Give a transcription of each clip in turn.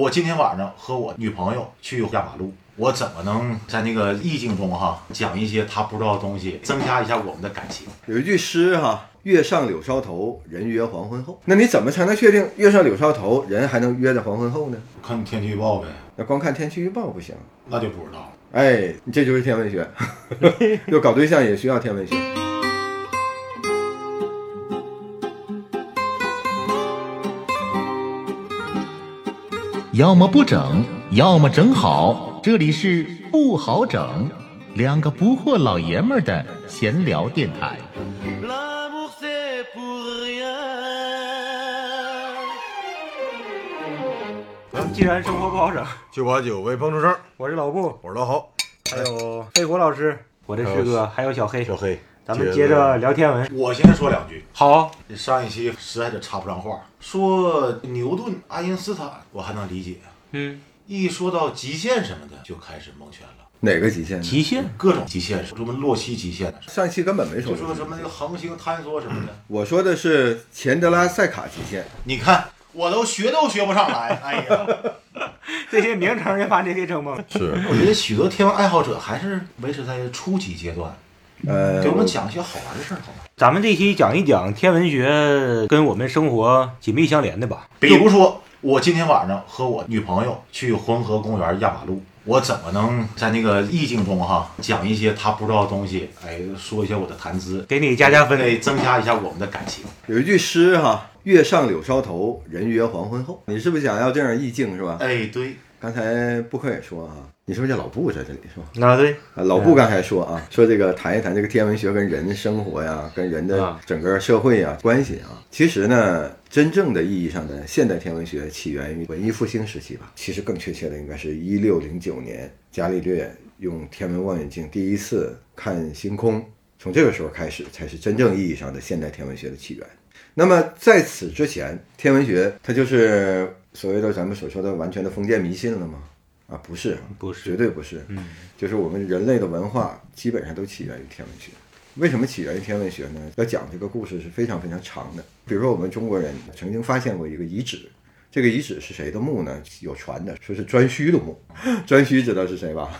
我今天晚上和我女朋友去压马路，我怎么能在那个意境中哈讲一些她不知道的东西，增加一下我们的感情？有一句诗哈、月上柳梢头，人约黄昏后。”那你怎么才能确定月上柳梢头，人还能约在黄昏后呢？看天气预报呗，那光看天气预报不行。那就不知道。哎，你这就是天文学， 就搞对象也需要天文学。要么不整，要么整好。这里是不好整，两个不惑老爷们儿的闲聊电台。 L'amour c'est pour rien. 既然生活不好整，九八九为帮助证，我是老布，我是老侯，还有飞虎老师，哎我这师哥，还有小黑，小黑，咱们接着聊天文。我先说两句，好，上一期实在是插不上话，说牛顿、爱因斯坦我还能理解，嗯，一说到极限什么的就开始蒙圈了，哪个极限呢？极限各种极限，什么洛希极限，上一期根本没说就这说个什么那个恒星坍缩什么的。我说的是钱德拉塞卡极限。你看，我都学都学不上来，哎呀。这些名称就把你给整懵。是 我觉得许多天文爱好者还是维持在初级阶段，呃给，我们讲一些好玩的事儿，好吗？咱们这期讲一讲天文学跟我们生活紧密相连的吧。比如说，我今天晚上和我女朋友去浑河公园压马路，我怎么能在那个意境中哈讲一些她不知道的东西？哎，说一些我的谈资，给你加加分得增加一下我们的感情。有一句诗哈、月上柳梢头，人约黄昏后。”你是不是想要这样意境是吧？哎，对，刚才布克也说哈、你是不是叫老布在这里是吧？啊，对，啊，老布刚才说啊，说这个谈一谈这个天文学跟人的生活呀，跟人的啊整个社会呀关系啊。其实呢，真正的意义上的现代天文学起源于文艺复兴时期吧，其实更确切的应该是一六零九年，伽利略用天文望远镜第一次看星空，从这个时候开始才是真正意义上的现代天文学的起源。那么在此之前，天文学它就是所谓的咱们所说的完全的封建迷信了吗？啊，不是，不是绝对不是。嗯，就是我们人类的文化基本上都起源于天文学。为什么起源于天文学呢？要讲这个故事是非常非常长的。比如说，我们中国人曾经发现过一个遗址，这个遗址是谁的墓呢？有传的说是颛顼的墓， 颛顼知道是谁吧？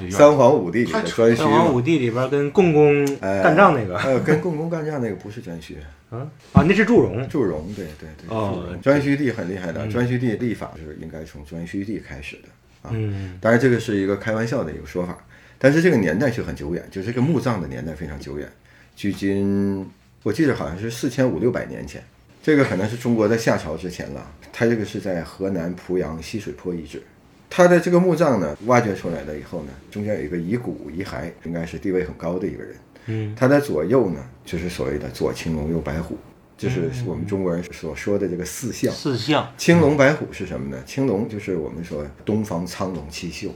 就三皇五帝里的太扯颛顼三皇五嘛。帝里边跟共工哎干仗那个，呃，跟共工干仗那个不是颛顼，啊啊，那是祝融，祝融，对对对，嗯哦祝融颛顼帝很厉害的，颛顼帝历法是应该从颛顼帝开始的啊。嗯，当然这个是一个开玩笑的一个说法，但是这个年代是很久远，就是这个墓葬的年代非常久远，距今我记得好像是四千五六百年前，这个可能是中国在夏朝之前了。它这个是在河南濮阳溪水坡遗址，它的这个墓葬呢挖掘出来了以后呢，中间有一个遗骨遗骸，应该是地位很高的一个人。嗯，它的左右呢就是所谓的左青龙右白虎，就是嗯我们中国人所说的这个四象。四象，青龙白虎是什么呢？青龙就是我们说东方苍龙七宿，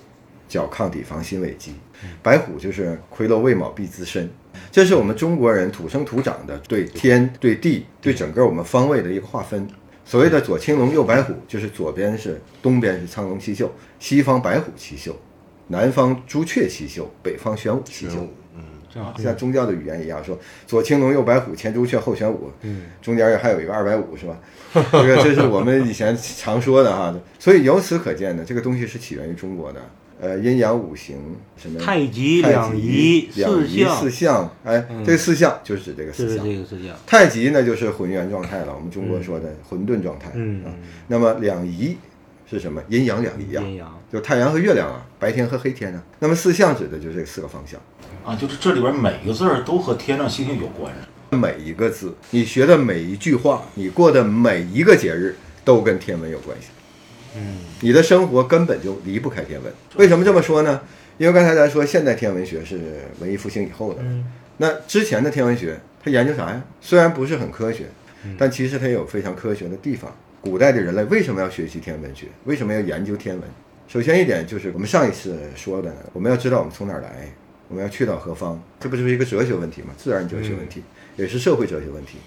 角亢底房心尾鸡；白虎就是魁楼未卯必自身。这是我们中国人土生土长的对天、对地、对整个我们方位的一个划分。所谓的左青龙右白虎，就是左边是东边是苍龙七宿，西方白虎七宿，南方朱雀七宿，北方玄武七宿。嗯啊像宗教的语言一样，说左青龙右白虎，前朱雀后玄武，嗯，中间还有一个二百五 是吧？这个这是我们以前常说的哈，所以由此可见呢，这个东西是起源于中国的。呃，阴阳五行什么太极太两仪两四仪象嗯四象，哎，这个四象就是指这个就四是象。这个四象，太极呢就是浑圆状态了，我们中国说的混沌状态、嗯啊。那么两仪是什么？阴阳两仪啊，阴阳就太阳和月亮啊，白天和黑天啊。那么四象指的就是这四个方向。啊，就是这里边每个字儿都和天上星星有关系。每一个字，你学的每一句话，你过的每一个节日，都跟天文有关系。嗯，你的生活根本就离不开天文。为什么这么说呢？因为刚才咱说现代天文学是文艺复兴以后的，那之前的天文学它研究啥呀？虽然不是很科学，但其实它也有非常科学的地方。古代的人类为什么要学习天文学？为什么要研究天文？首先一点就是我们上一次说的，我们要知道我们从哪儿来，我们要去到何方，这不就是一个哲学问题吗？自然哲学问题，也是社会哲学问题。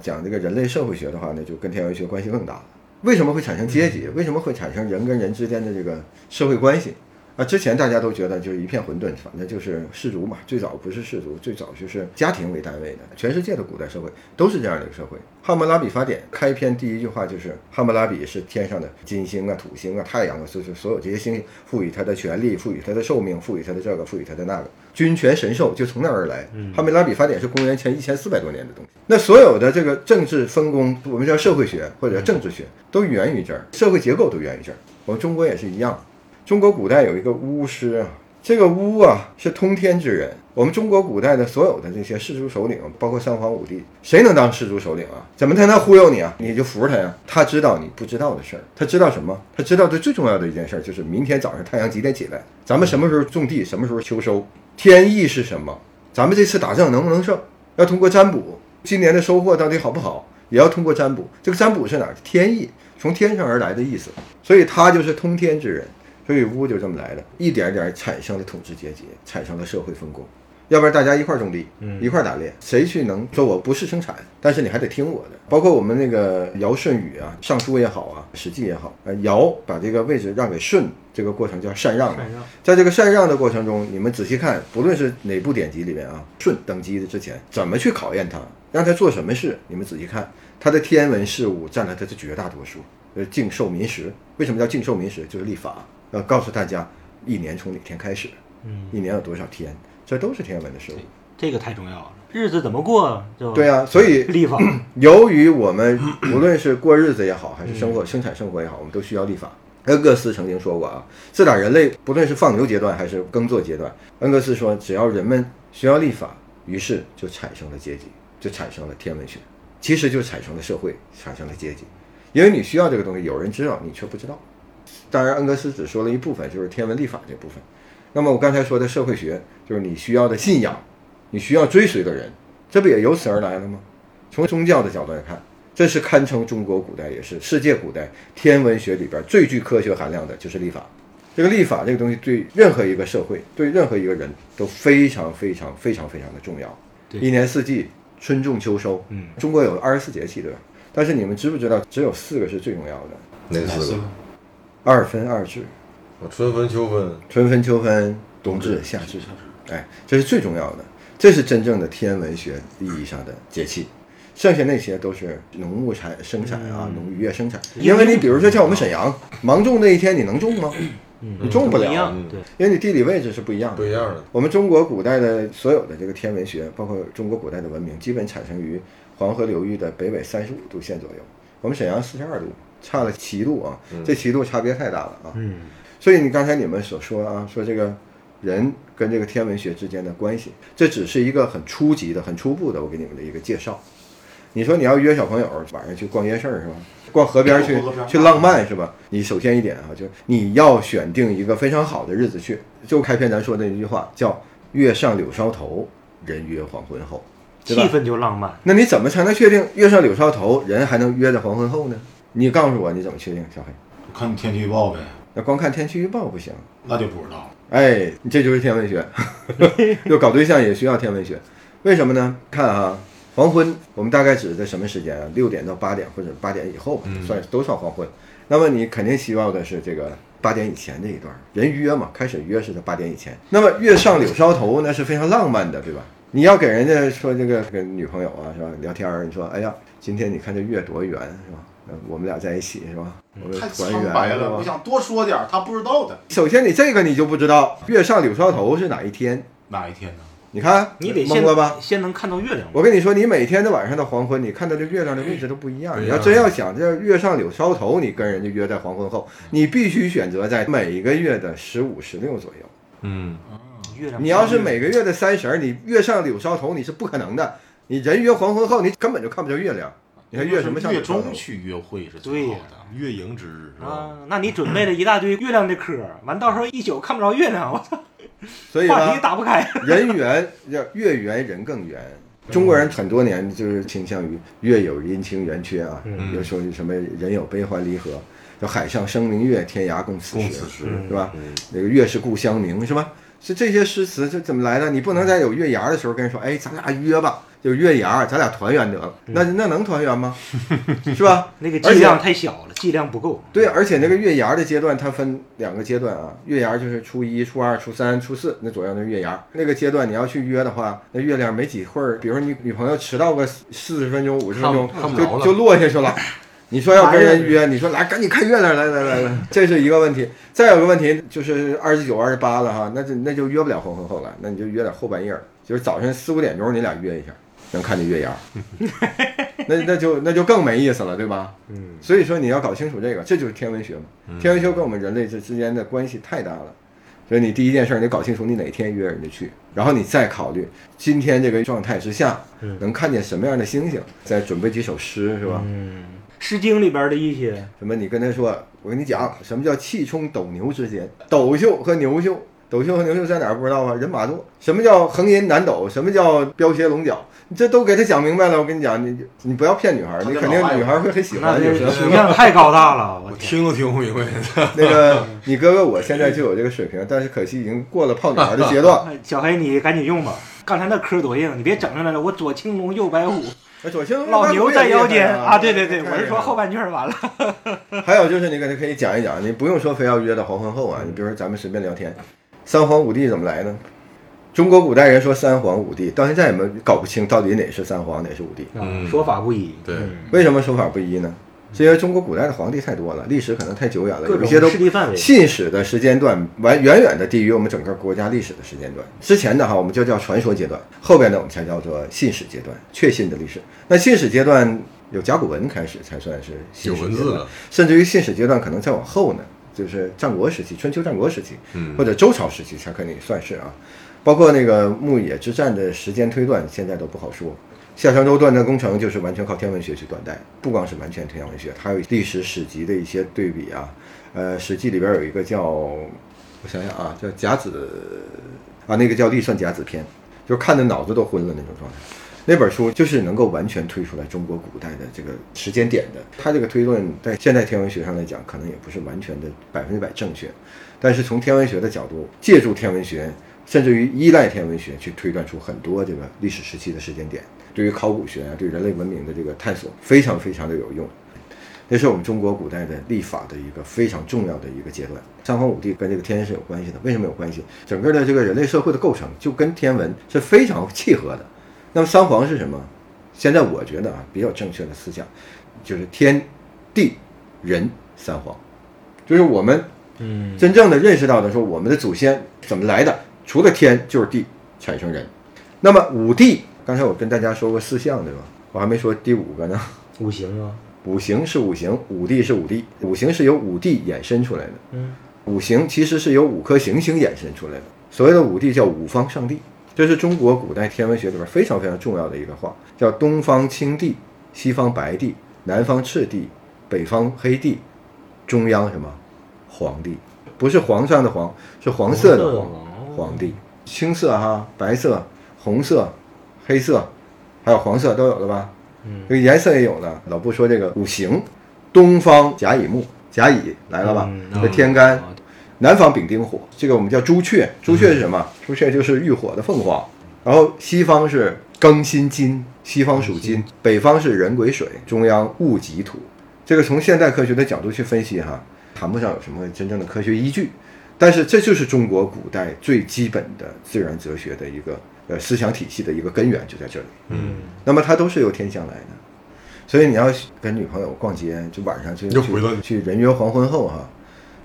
讲这个人类社会学的话呢，就跟天文学关系更大了。为什么会产生阶级？为什么会产生人跟人之间的这个社会关系？啊，之前大家都觉得就是一片混沌，反正就是氏族嘛。最早不是氏族，最早就是家庭为单位的。全世界的古代社会都是这样的一个社会。汉谟拉比法典开篇第一句话就是汉谟拉比是天上的金星啊、土星啊、太阳啊，就是所有这些星星赋予它的权利、赋予它的寿命、赋予它的这个、赋予它的那个，君权神授就从那儿而来。汉谟拉比法典是公元前一千四百多年的东西。那所有的这个政治分工，我们叫社会学或者政治学，都源于这儿，社会结构都源于这儿。我们中国也是一样。中国古代有一个巫师啊，这个巫啊是通天之人。我们中国古代的所有的这些氏族首领，包括三皇五帝，谁能当氏族首领啊？怎么才能忽悠你啊？你就服他呀、他知道你不知道的事儿，他知道什么？他知道的最重要的一件事儿就是明天早上太阳几点起来，咱们什么时候种地，什么时候秋收，天意是什么？咱们这次打仗能不能胜？要通过占卜，今年的收获到底好不好，也要通过占卜。这个占卜是哪儿？天意，从天上而来的意思。所以他就是通天之人。所以巫就这么来的，一点点产生了统治阶级，产生了社会分工。要不然大家一块儿种地，一块儿打猎，谁去能说我不是生产，但是你还得听我的。包括我们那个尧舜禹啊，《尚书》也好啊，《史记》也好，呃，尧把这个位置让给舜，这个过程叫禅让嘛。禅让在这个禅让的过程中，你们仔细看，不论是哪部典籍里面啊，舜登基的之前怎么去考验他，让他做什么事，你们仔细看，他的天文事务占了他的绝大多数。呃，敬授民食，为什么叫敬授民食？就是立法，要告诉大家一年从哪天开始，嗯，一年有多少天，这都是天文的事物。这个太重要了，日子怎么过？对吧？对啊所以立法，由于我们 无论是过日子也好，还是生活生产生活也好，我们都需要立法。恩格斯曾经说过啊，自打人类不论是放牛阶段还是耕作阶段，恩格斯说，只要人们需要立法，于是就产生了阶级，就产生了天文学，其实就产生了社会，产生了阶级，因为你需要这个东西，有人知道，你却不知道。当然，恩格斯只说了一部分，就是天文历法这部分。那么我刚才说的社会学，就是你需要的信仰，你需要追随的人，这不也由此而来了吗？从宗教的角度来看，这是堪称中国古代也是世界古代天文学里边最具科学含量的，就是历法。这个历法这个东西对任何一个社会、对任何一个人都非常非常非常非常的重要。对一年四季，春种秋收，嗯中国有二十四节气，对吧？但是你们知不知道，只有四个是最重要的：哪四个？二分二至，我春分、秋分，春分、秋分、冬至、夏至，哎，这是最重要的，这是真正的天文学意义上的节气。剩下那些都是农牧产生产啊，农渔业生产。因为你比如说像我们沈阳，芒种那一天你能种吗？你种嗯不一了，样，对，因为你地理位置是不一样的。不一样的。我们中国古代的所有的这个天文学，包括中国古代的文明，基本产生于黄河流域的北纬三十五度线左右。我们沈阳四十二度，差了七度啊，这七度差别太大了啊。嗯，所以你刚才你们所说啊，说这个人跟这个天文学之间的关系，这只是一个很初级的、很初步的，我给你们的一个介绍。你说你要约小朋友晚上去逛夜市儿是吧？逛河边儿去逛河边儿去浪漫是吧？你首先一点啊，就是你要选定一个非常好的日子去。就开篇咱说的一句话叫“月上柳梢头，人约黄昏后”，对气吧？氛就浪漫，那你怎么才能确定月上柳梢头，人还能约在黄昏后呢？你告诉我你怎么确定，小黑？看天气预报呗，那光看天气预报不行，啊那就不知道。哎，这就是天文学， 就搞对象也需要天文学，为什么呢？看啊，黄昏我们大概指的什么时间啊？六点到八点或者八点以后吧，嗯算都算黄昏。那么你肯定希望的是这个八点以前这一段，人约嘛，开始约是在八点以前。那么月上柳梢头那是非常浪漫的，对吧？你要给人家说这个跟女朋友啊是吧，聊天儿，你说哎呀，今天你看这月多圆是吧？那我们俩在一起是吧？我们太团圆苍白是了，吧我想多说点儿他不知道的。首先，你这个你就不知道月上柳梢头是哪一天。哪一天呢？你看，你得蒙先过吧？先能看到月亮吧，我跟你说，你每天的晚上的黄昏，你看到这月亮的位置都不一样。啊对呀你要真要想这月上柳梢头，你跟人家约在黄昏后，你必须选择在每个月的十五、十六左右。嗯，月亮。你要是每个月的三十儿，你月上柳梢头你是不可能的。你人约黄昏后，你根本就看不着月亮。你看月什么上月柳梢头中？去约会是最好的。月盈之日是吧？啊，那你准备了一大堆月亮的壳儿，完到时候一宿看不着月亮，我操，所以话呢题，打不 开。人圆叫月圆人更圆。中国人很多年就是倾向于月有阴晴圆缺啊，嗯有时候什么人有悲欢离合，叫海上生明月，天涯共此共时此，时，嗯是吧？那个月是故乡明，是吧？是这些诗词这怎么来的？你不能在有月牙的时候跟人说，哎，咱俩约吧，就是月牙儿，咱俩团圆得了。那那能团 圆吗？是吧？嗯那个而剂且量太小了，剂量不够。对，啊而且那个月牙儿的阶段，它分两个阶段啊。月牙儿就是初一、初二、初三、初四那左右的月牙儿。那个阶段你要去约的话，那月亮没几会儿，比如说你女朋友迟到个四十分钟、五十分钟看不，看就不着了就落下去 了。你说要跟人约，你说来赶紧看月亮，来来 来来，这是一个问题。再有个问题就是二十九、二十八了哈，那就那就约不了黄昏后来，那你就约点后半夜儿，就是早晨四五点钟你俩约一下，能看见月牙儿。 那那就那就更没意思了，对吧？嗯，所以说你要搞清楚这个，这就是天文学嘛。嗯天文学跟我们人类这之间的关系太大了，所以你第一件事儿你得搞清楚你哪天约人家去，然后你再考虑今天这个状态之下能看见什么样的星星，再准备几首诗，是吧？ 《诗经》里边的一些，什么？你跟他说，我跟你讲，什么叫气冲斗牛之间？斗宿和牛宿，斗宿和牛宿在哪儿不知道啊？人马座。什么叫横阴南斗？什么叫标斜龙角？你这都给他讲明白了。我跟你讲，你你不要骗女孩儿，他你跟肯定老外女孩儿会很喜那欢。这有时候形象太高 大了，我我天！听都听不明白。那个你哥哥我现在就有这个水平，但是可惜已经过了泡女孩儿的阶段。小黑，你赶紧用吧。刚才那嗑多硬，你别整上来了。我左青龙，右白虎，哎左青龙老牛在腰间啊！啊！对对对，太我是厉说害后半句儿完了。还有就是，你可能可以讲一讲，你不用说非要约到黄昏后啊，你比如说咱们随便聊天，三皇五帝怎么来呢？中国古代人说三皇五帝，到现在也没搞不清到底哪是三皇，哪是五帝。啊说法不一，嗯对，为什么说法不一呢？是因为中国古代的皇帝太多了，历史可能太久远了，有各一种些都势力范围。信史的时间段完远远的低于我们整个国家历史的时间段。之前的哈，我们就叫传说阶段，后边的我们才叫做信史阶段，确信的历史。那信史阶段有甲骨文开始才算是信史有文阶段字了，甚至于信史阶段可能再往后呢，就是战国时期、春秋战国时期，嗯或者周朝时期才可以算是啊。包括那个牧野之战的时间推断，现在都不好说。夏商周断代工程就是完全靠天文学去断代，不光是完全天文学，它有历史史籍的一些对比啊。呃，《史记》里边有一个叫，我想想啊，叫甲子啊，那个叫《历算甲子篇》，就是看的脑子都昏了那种状态。那本书就是能够完全推出来中国古代的这个时间点的，它这个推论在现代天文学上来讲，可能也不是完全的百分之百正确，但是从天文学的角度，借助天文学，甚至于依赖天文学去推断出很多这个历史时期的时间点，对于考古学啊，对人类文明的这个探索非常非常的有用。那是我们中国古代的历法的一个非常重要的一个阶段。三皇五帝跟这个天是有关系的，为什么有关系？整个的这个人类社会的构成就跟天文是非常契合的。那么三皇是什么？现在我觉得啊，比较正确的思想就是天、地、人三皇，就是我们嗯，真正的认识到的说，我们的祖先怎么来的？除了天就是地产生人。那么五帝，刚才我跟大家说过四象对吧？我还没说第五个呢。五行啊，五行是五行，五帝是五帝，五行是由五帝衍生出来的。嗯，五行其实是由五颗行星衍生出来的。所谓的五帝叫五方上帝，这是中国古代天文学里边非常非常重要的一个话，叫东方青帝、西方白帝、南方赤帝、北方黑帝，中央什么黄帝？不是皇上的皇，是黄色的黄黄帝。青色哈，白色、红色、黑色，还有黄色都有了吧？这个颜色也有了。老布说这个五行，东方甲乙木，甲乙来了吧？这天干，南方丙丁火，这个我们叫朱雀。朱雀是什么？朱雀就是浴火的凤凰。然后西方是庚辛金，西方属金；北方是壬癸水，中央戊己土。这个从现代科学的角度去分析哈，谈不上有什么真正的科学依据，但是这就是中国古代最基本的自然哲学的一个呃思想体系的一个根源就在这里。嗯那么它都是由天象来的。所以你要跟女朋友逛街，就晚上去又回到去去人约黄昏后哈，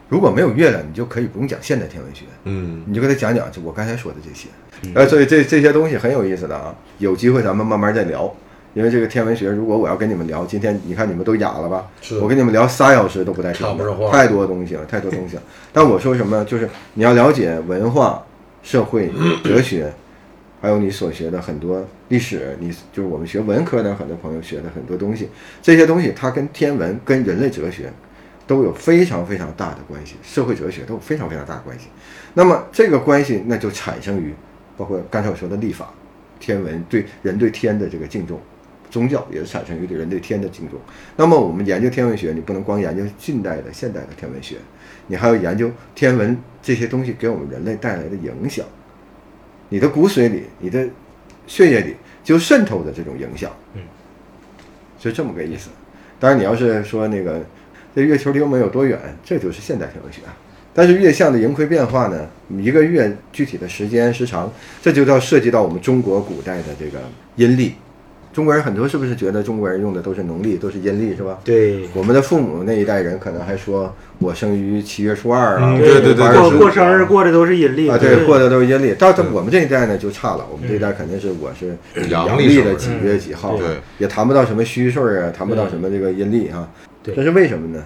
如果没有月亮，你就可以不用讲现代天文学，嗯，你就跟她讲讲就我刚才说的这些。呃，所以这这些东西很有意思的啊，有机会咱们慢慢再聊。因为这个天文学，如果我要跟你们聊，今天你看你们都哑了吧？是我跟你们聊仨小时都不带停插不的上，话太多东西了，太多东西 了。但我说什么，就是你要了解文化、社会、哲学， 还有你所学的很多历史，你就是我们学文科的很多朋友学的很多东西，这些东西它跟天文、跟人类哲学都有非常非常大的关系，社会哲学都有非常非常大的关系。那么这个关系那就产生于包括刚才我说的历法、天文对人对天的这个敬重。宗教也是产生于对人对天的敬重。那么我们研究天文学，你不能光研究近代的、现代的天文学，你还要研究天文这些东西给我们人类带来的影响。你的骨髓里，你的血液里就渗透的这种影响，嗯，是这么个意思。当然，你要是说那个这月球离我们有多远，这就是现代天文学啊。但是月相的盈亏变化呢，一个月具体的时间时长，这就要涉及到我们中国古代的这个阴历。中国人很多是不是觉得中国人用的都是农历，都是阴历是吧？对，我们的父母那一代人可能还说我生于七月初二啊，嗯我对对对八月过十五过生日过的都是阴历啊，对，过的都是阴历。到我们这一代呢就差了，我们这一代肯定是我是阳嗯阳历历生的日几月几号，对也谈不到什么虚岁儿啊，谈不到什么这个阴历啊。对这是为什么呢？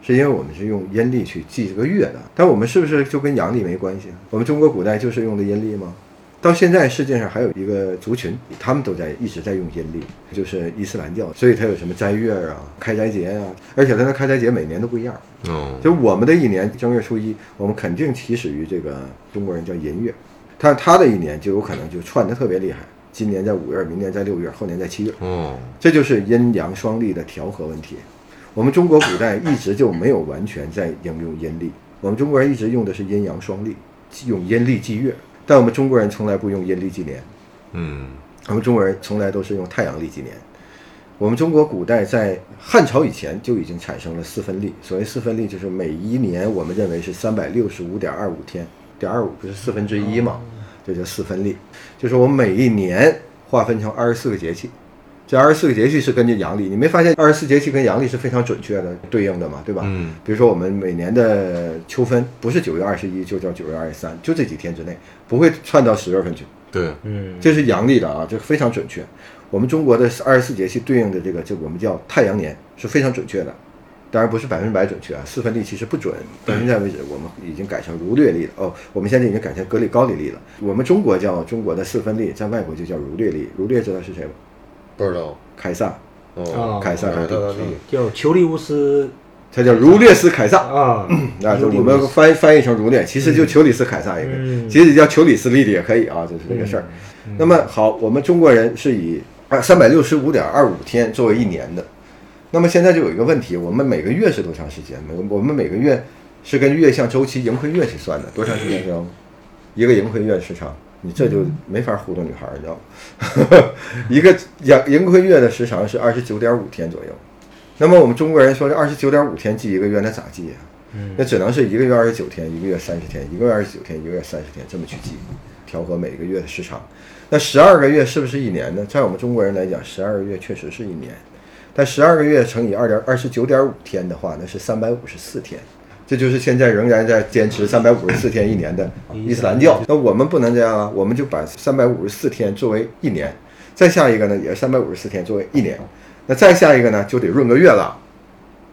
是因为我们是用阴历去记这个月的，但我们是不是就跟阳历没关系啊？我们中国古代就是用的阴历吗？到现在世界上还有一个族群，他们都在一直在用阴历，就是伊斯兰教，所以它有什么斋月啊、开斋节啊，而且它的开斋节每年都不一样。嗯，就我们的一年正月初一，我们肯定起始于这个中国人叫寅月，但他的一年就有可能就串的特别厉害，今年在五月，明年在六月，后年在七月，哦，这就是阴阳双历的调和问题。我们中国古代一直就没有完全在应用阴历，我们中国人一直用的是阴阳双历，用阴历纪月，但我们中国人从来不用阴历纪年，嗯，我们中国人从来都是用太阳历纪年。我们中国古代在汉朝以前就已经产生了四分历，所谓四分历就是每一年我们认为是三百六十五点二五天，点二五不是四分之一嘛，这叫四分历，就是我们每一年划分成二十四个节气。这二十四个节气是根据阳历，你没发现二十四节气跟阳历是非常准确的对应的嘛，对吧？嗯，比如说我们每年的秋分不是九月二十一就叫九月二十三，就这几天之内不会串到十月份去。对，嗯，这是阳历的啊，这非常准确。我们中国的二十四节气对应的这个，就我们叫太阳年，是非常准确的。当然不是百分之百准确啊，四分历其实不准。到现在为止，我们已经改成儒略历了。哦，我们现在已经改成格里高利历了。我们中国叫中国的四分历，在外国就叫儒略历。儒略知道是谁吗？不知道，凯撒，啊哦，凯撒大凯帝撒大帝，叫裘利乌斯他叫儒略斯凯撒。 啊，啊，就我们翻翻译成儒略，其实就丘里斯凯撒也可以，嗯其实叫丘里斯历的也可以啊，就是这个事儿。那么好，我们中国人是以二三百六十五点二五天作为一年的。那么现在就有一个问题，我们每个月是多长时间？我我们每个月是跟月相周期盈亏月去算的，多长时间知道吗？一个盈亏月时长，你这就没法糊弄女孩儿，你知道吗？ 一个盈盈亏月的时长是二十九点五天左右。那么我们中国人说这二十九点五天记一个月，那咋记啊呀、那只能是一个月二十九天，一个月三十天，一个月二十九天，一个月三十天这么去记，调和每个月的时长。那十二个月是不是一年呢？在我们中国人来讲，十二个月确实是一年，但十二个月乘以二点二十九点五天的话，那是三百五十四天。这就是现在仍然在坚持三百五十四天一年的伊斯兰教。那我们不能这样啊，我们就把三百五十四天作为一年，再下一个呢也是三百五十四天作为一年，那再下一个呢就得闰个月了。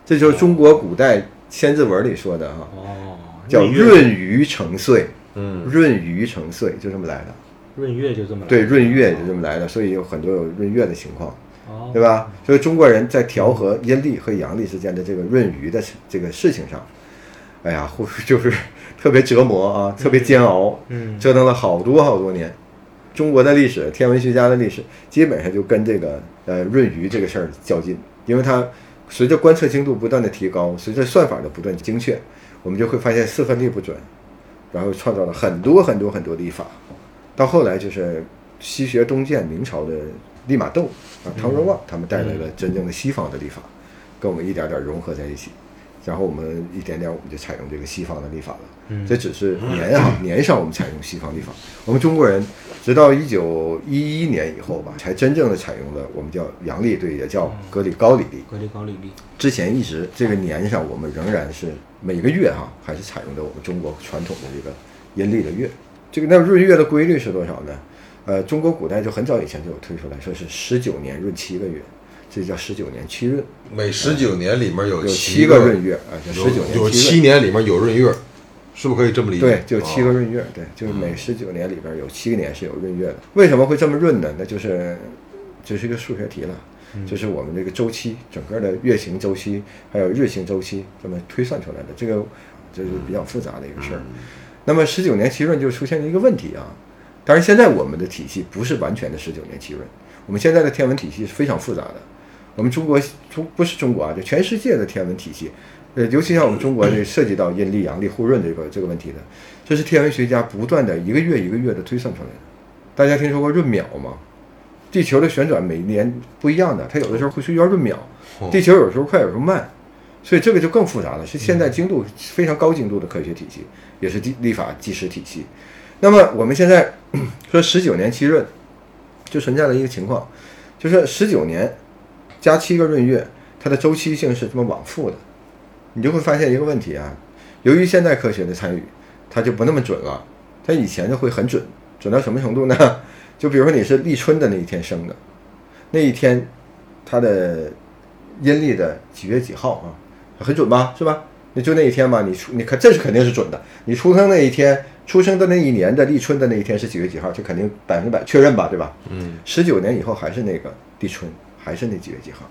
这就是中国古代千字文里说的哈、哦，叫闰月闰余乘岁，嗯，闰余乘岁就这么来的。闰月就这么来对，闰月也就这么来的，所以有很多有闰月的情况，哦，对吧？所以中国人在调和阴历和阳历之间的这个闰余的这个事情上，哎呀，会 就是特别折磨啊，特别煎熬，嗯折腾了好多好多年。中国的历史，天文学家的历史，基本上就跟这个呃闰余这个事儿较劲，因为它随着观测精度不断的提高，随着算法的不断精确，我们就会发现四分力不准，然后创造了很多很多很多历法。到后来就是西学东渐，明朝的利玛窦啊、唐若望他们带来了真正的西方的历法，跟我们一点点融合在一起，然后我们一点点我们就采用这个西方的历法了。嗯这只是年啊年上我们采用西方历法，我们中国人直到一九一一年以后吧，才真正的采用了我们叫阳历，对，也叫格里高里历。格里高利历，之前一直这个年上，我们仍然是每个月哈、还是采用的我们中国传统的这个阴历的月。这个那闰月的规律是多少呢？呃，中国古代就很早以前就有推出来说是十九年闰七个月，这叫十九年七闰，每十九年里面有有七个闰闰月啊，叫十九年有七闰七年里面有闰月，是不是可以这么理解？对，就有七个啊，闰月，对，就是每十九年里边有七个年是有闰月的。为什么会这么闰呢？那就是这是一个数学题了，就是我们这个周期，整个的月形周期还有日形周期这么推算出来的，这个这是比较复杂的一个事儿。那么十九年七闰就出现了一个问题啊，当然现在我们的体系不是完全的十九年七闰，我们现在的天文体系是非常复杂的。我们中国中不是中国啊，就全世界的天文体系，呃，尤其像我们中国这涉及到阴历、阳历互润这个这个问题的，这是天文学家不断的一个月一个月的推算出来的。大家听说过闰秒吗？地球的旋转每年不一样的，它有的时候会去一圈闰秒，哦地球有时候快，有时候慢，所以这个就更复杂了，是现在精度非常高精度的科学体系，也是地立法计时体系。那么我们现在 说十九年期闰，就存在了一个情况，就是十九年加七个闰月，它的周期性是这么往复的，你就会发现一个问题啊，由于现代科学的参与，它就不那么准了。它以前就会很准，准到什么程度呢？ 就比如说你是立春的那一天生的，那一天它的阴历的几月几号啊，很准吧？是吧？那就那一天嘛，你出你看这是肯定是准的。你出生那一天，出生的那一年的立春的那一天是几月几号，这肯定百分之百确认吧，对吧？嗯，十九年以后还是那个立春，还是那几月几号。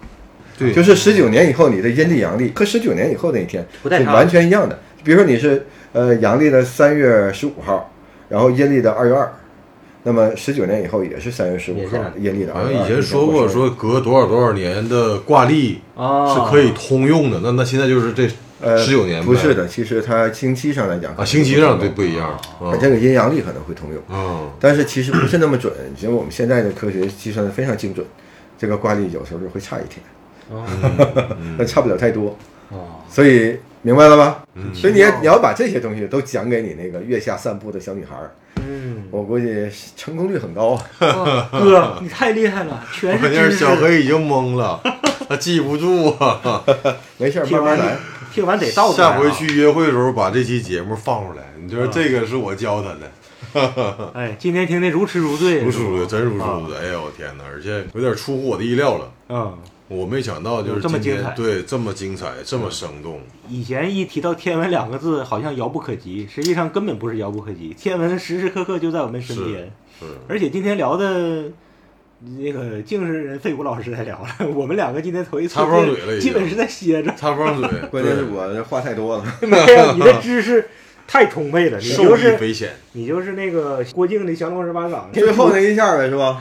对就是十九年以后你的阴历阳历和十九年以后那一天不太是差完全一样的。比如说你是呃阳历的三月十五号，然后阴历的二月二，那么十九年以后也是三月十五也是号，阴历的啊好二像月二。以前说过，说隔多少多少年的挂历啊是可以通用的，那那现在就是这呃十九年呗不是的，其实它星期上来讲啊，星期上对不一样啊它这个阴阳历可能会通用，啊，但是其实不是那么准，因为我们现在的科学计算的非常精准，这个挂历有时候就会差一天，嗯嗯但差不了太多。哦所以明白了吧？嗯所以你也你要把这些东西都讲给你那个月下散步的小女孩儿，嗯，我估计成功率很高啊。哇哥，你太厉害了，全我是肯定知是识。小黑已经懵了，他记不住 啊。没事儿，听慢慢完来。听完得倒着来下啊回。去约会的时候把这期节目放出来，你就是这个是我教他的，哎，今天听得如痴如醉，如数如真如数啊如醉。哎呦我天哪，而且有点出乎我的意料了，嗯，我没想到就是有这么今天精彩对，这么精彩，这么生动。以前一提到天文两个字，好像遥不可及，实际上根本不是遥不可及，天文时时刻刻就在我们身边。是而且今天聊的，那个竟是人费谷老师在聊了， 我们两个今天头一次插不上嘴了已经基本是在 歇着。插不上 嘴，关键是对我这话太多了，没有，你这知识太充沛了，你受就益是匪浅。你就是那个郭靖的降龙十八 掌，最后那一下呗，是 吧？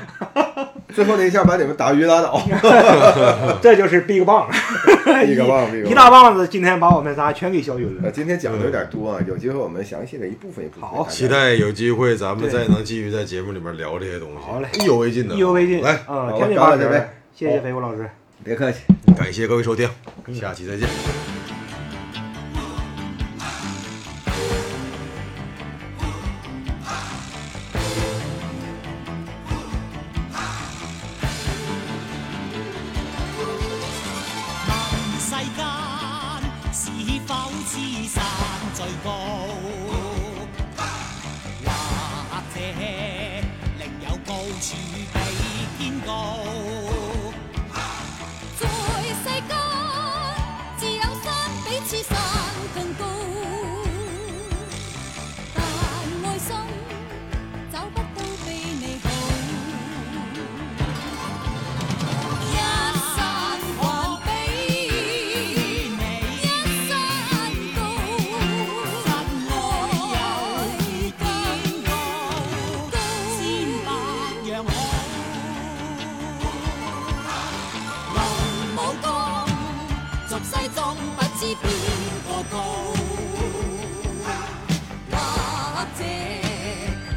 最后那一下把你们打晕拉倒， 这就是 Big Bang，一个棒，一个 一棒大棒子，今天把我们仨全给消晕呃，了。今天讲的有点多啊，有机会我们详细的一部分一部分。好期。待有机会咱们再能继续在节目里面聊这些东西，好嘞意犹未尽的，意犹未尽，来，啊，好天天干八了十这位，谢谢肥谷老师。别客气。感谢各位收听，嗯下期再见。世間是否痴散最高？或者另有高處比天高？在世間，自有山比此山更高。但愛心找不到比你好。一山還比一山高，愛有更高，千百讓我武功，俗世中不知邊個高，或者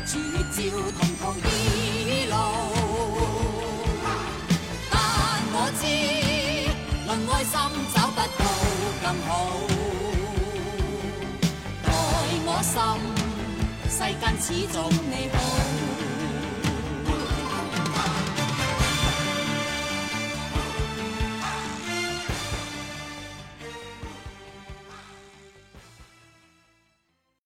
處照同途異路。但我知，論愛心找不到更好，待我心，世間始終你好。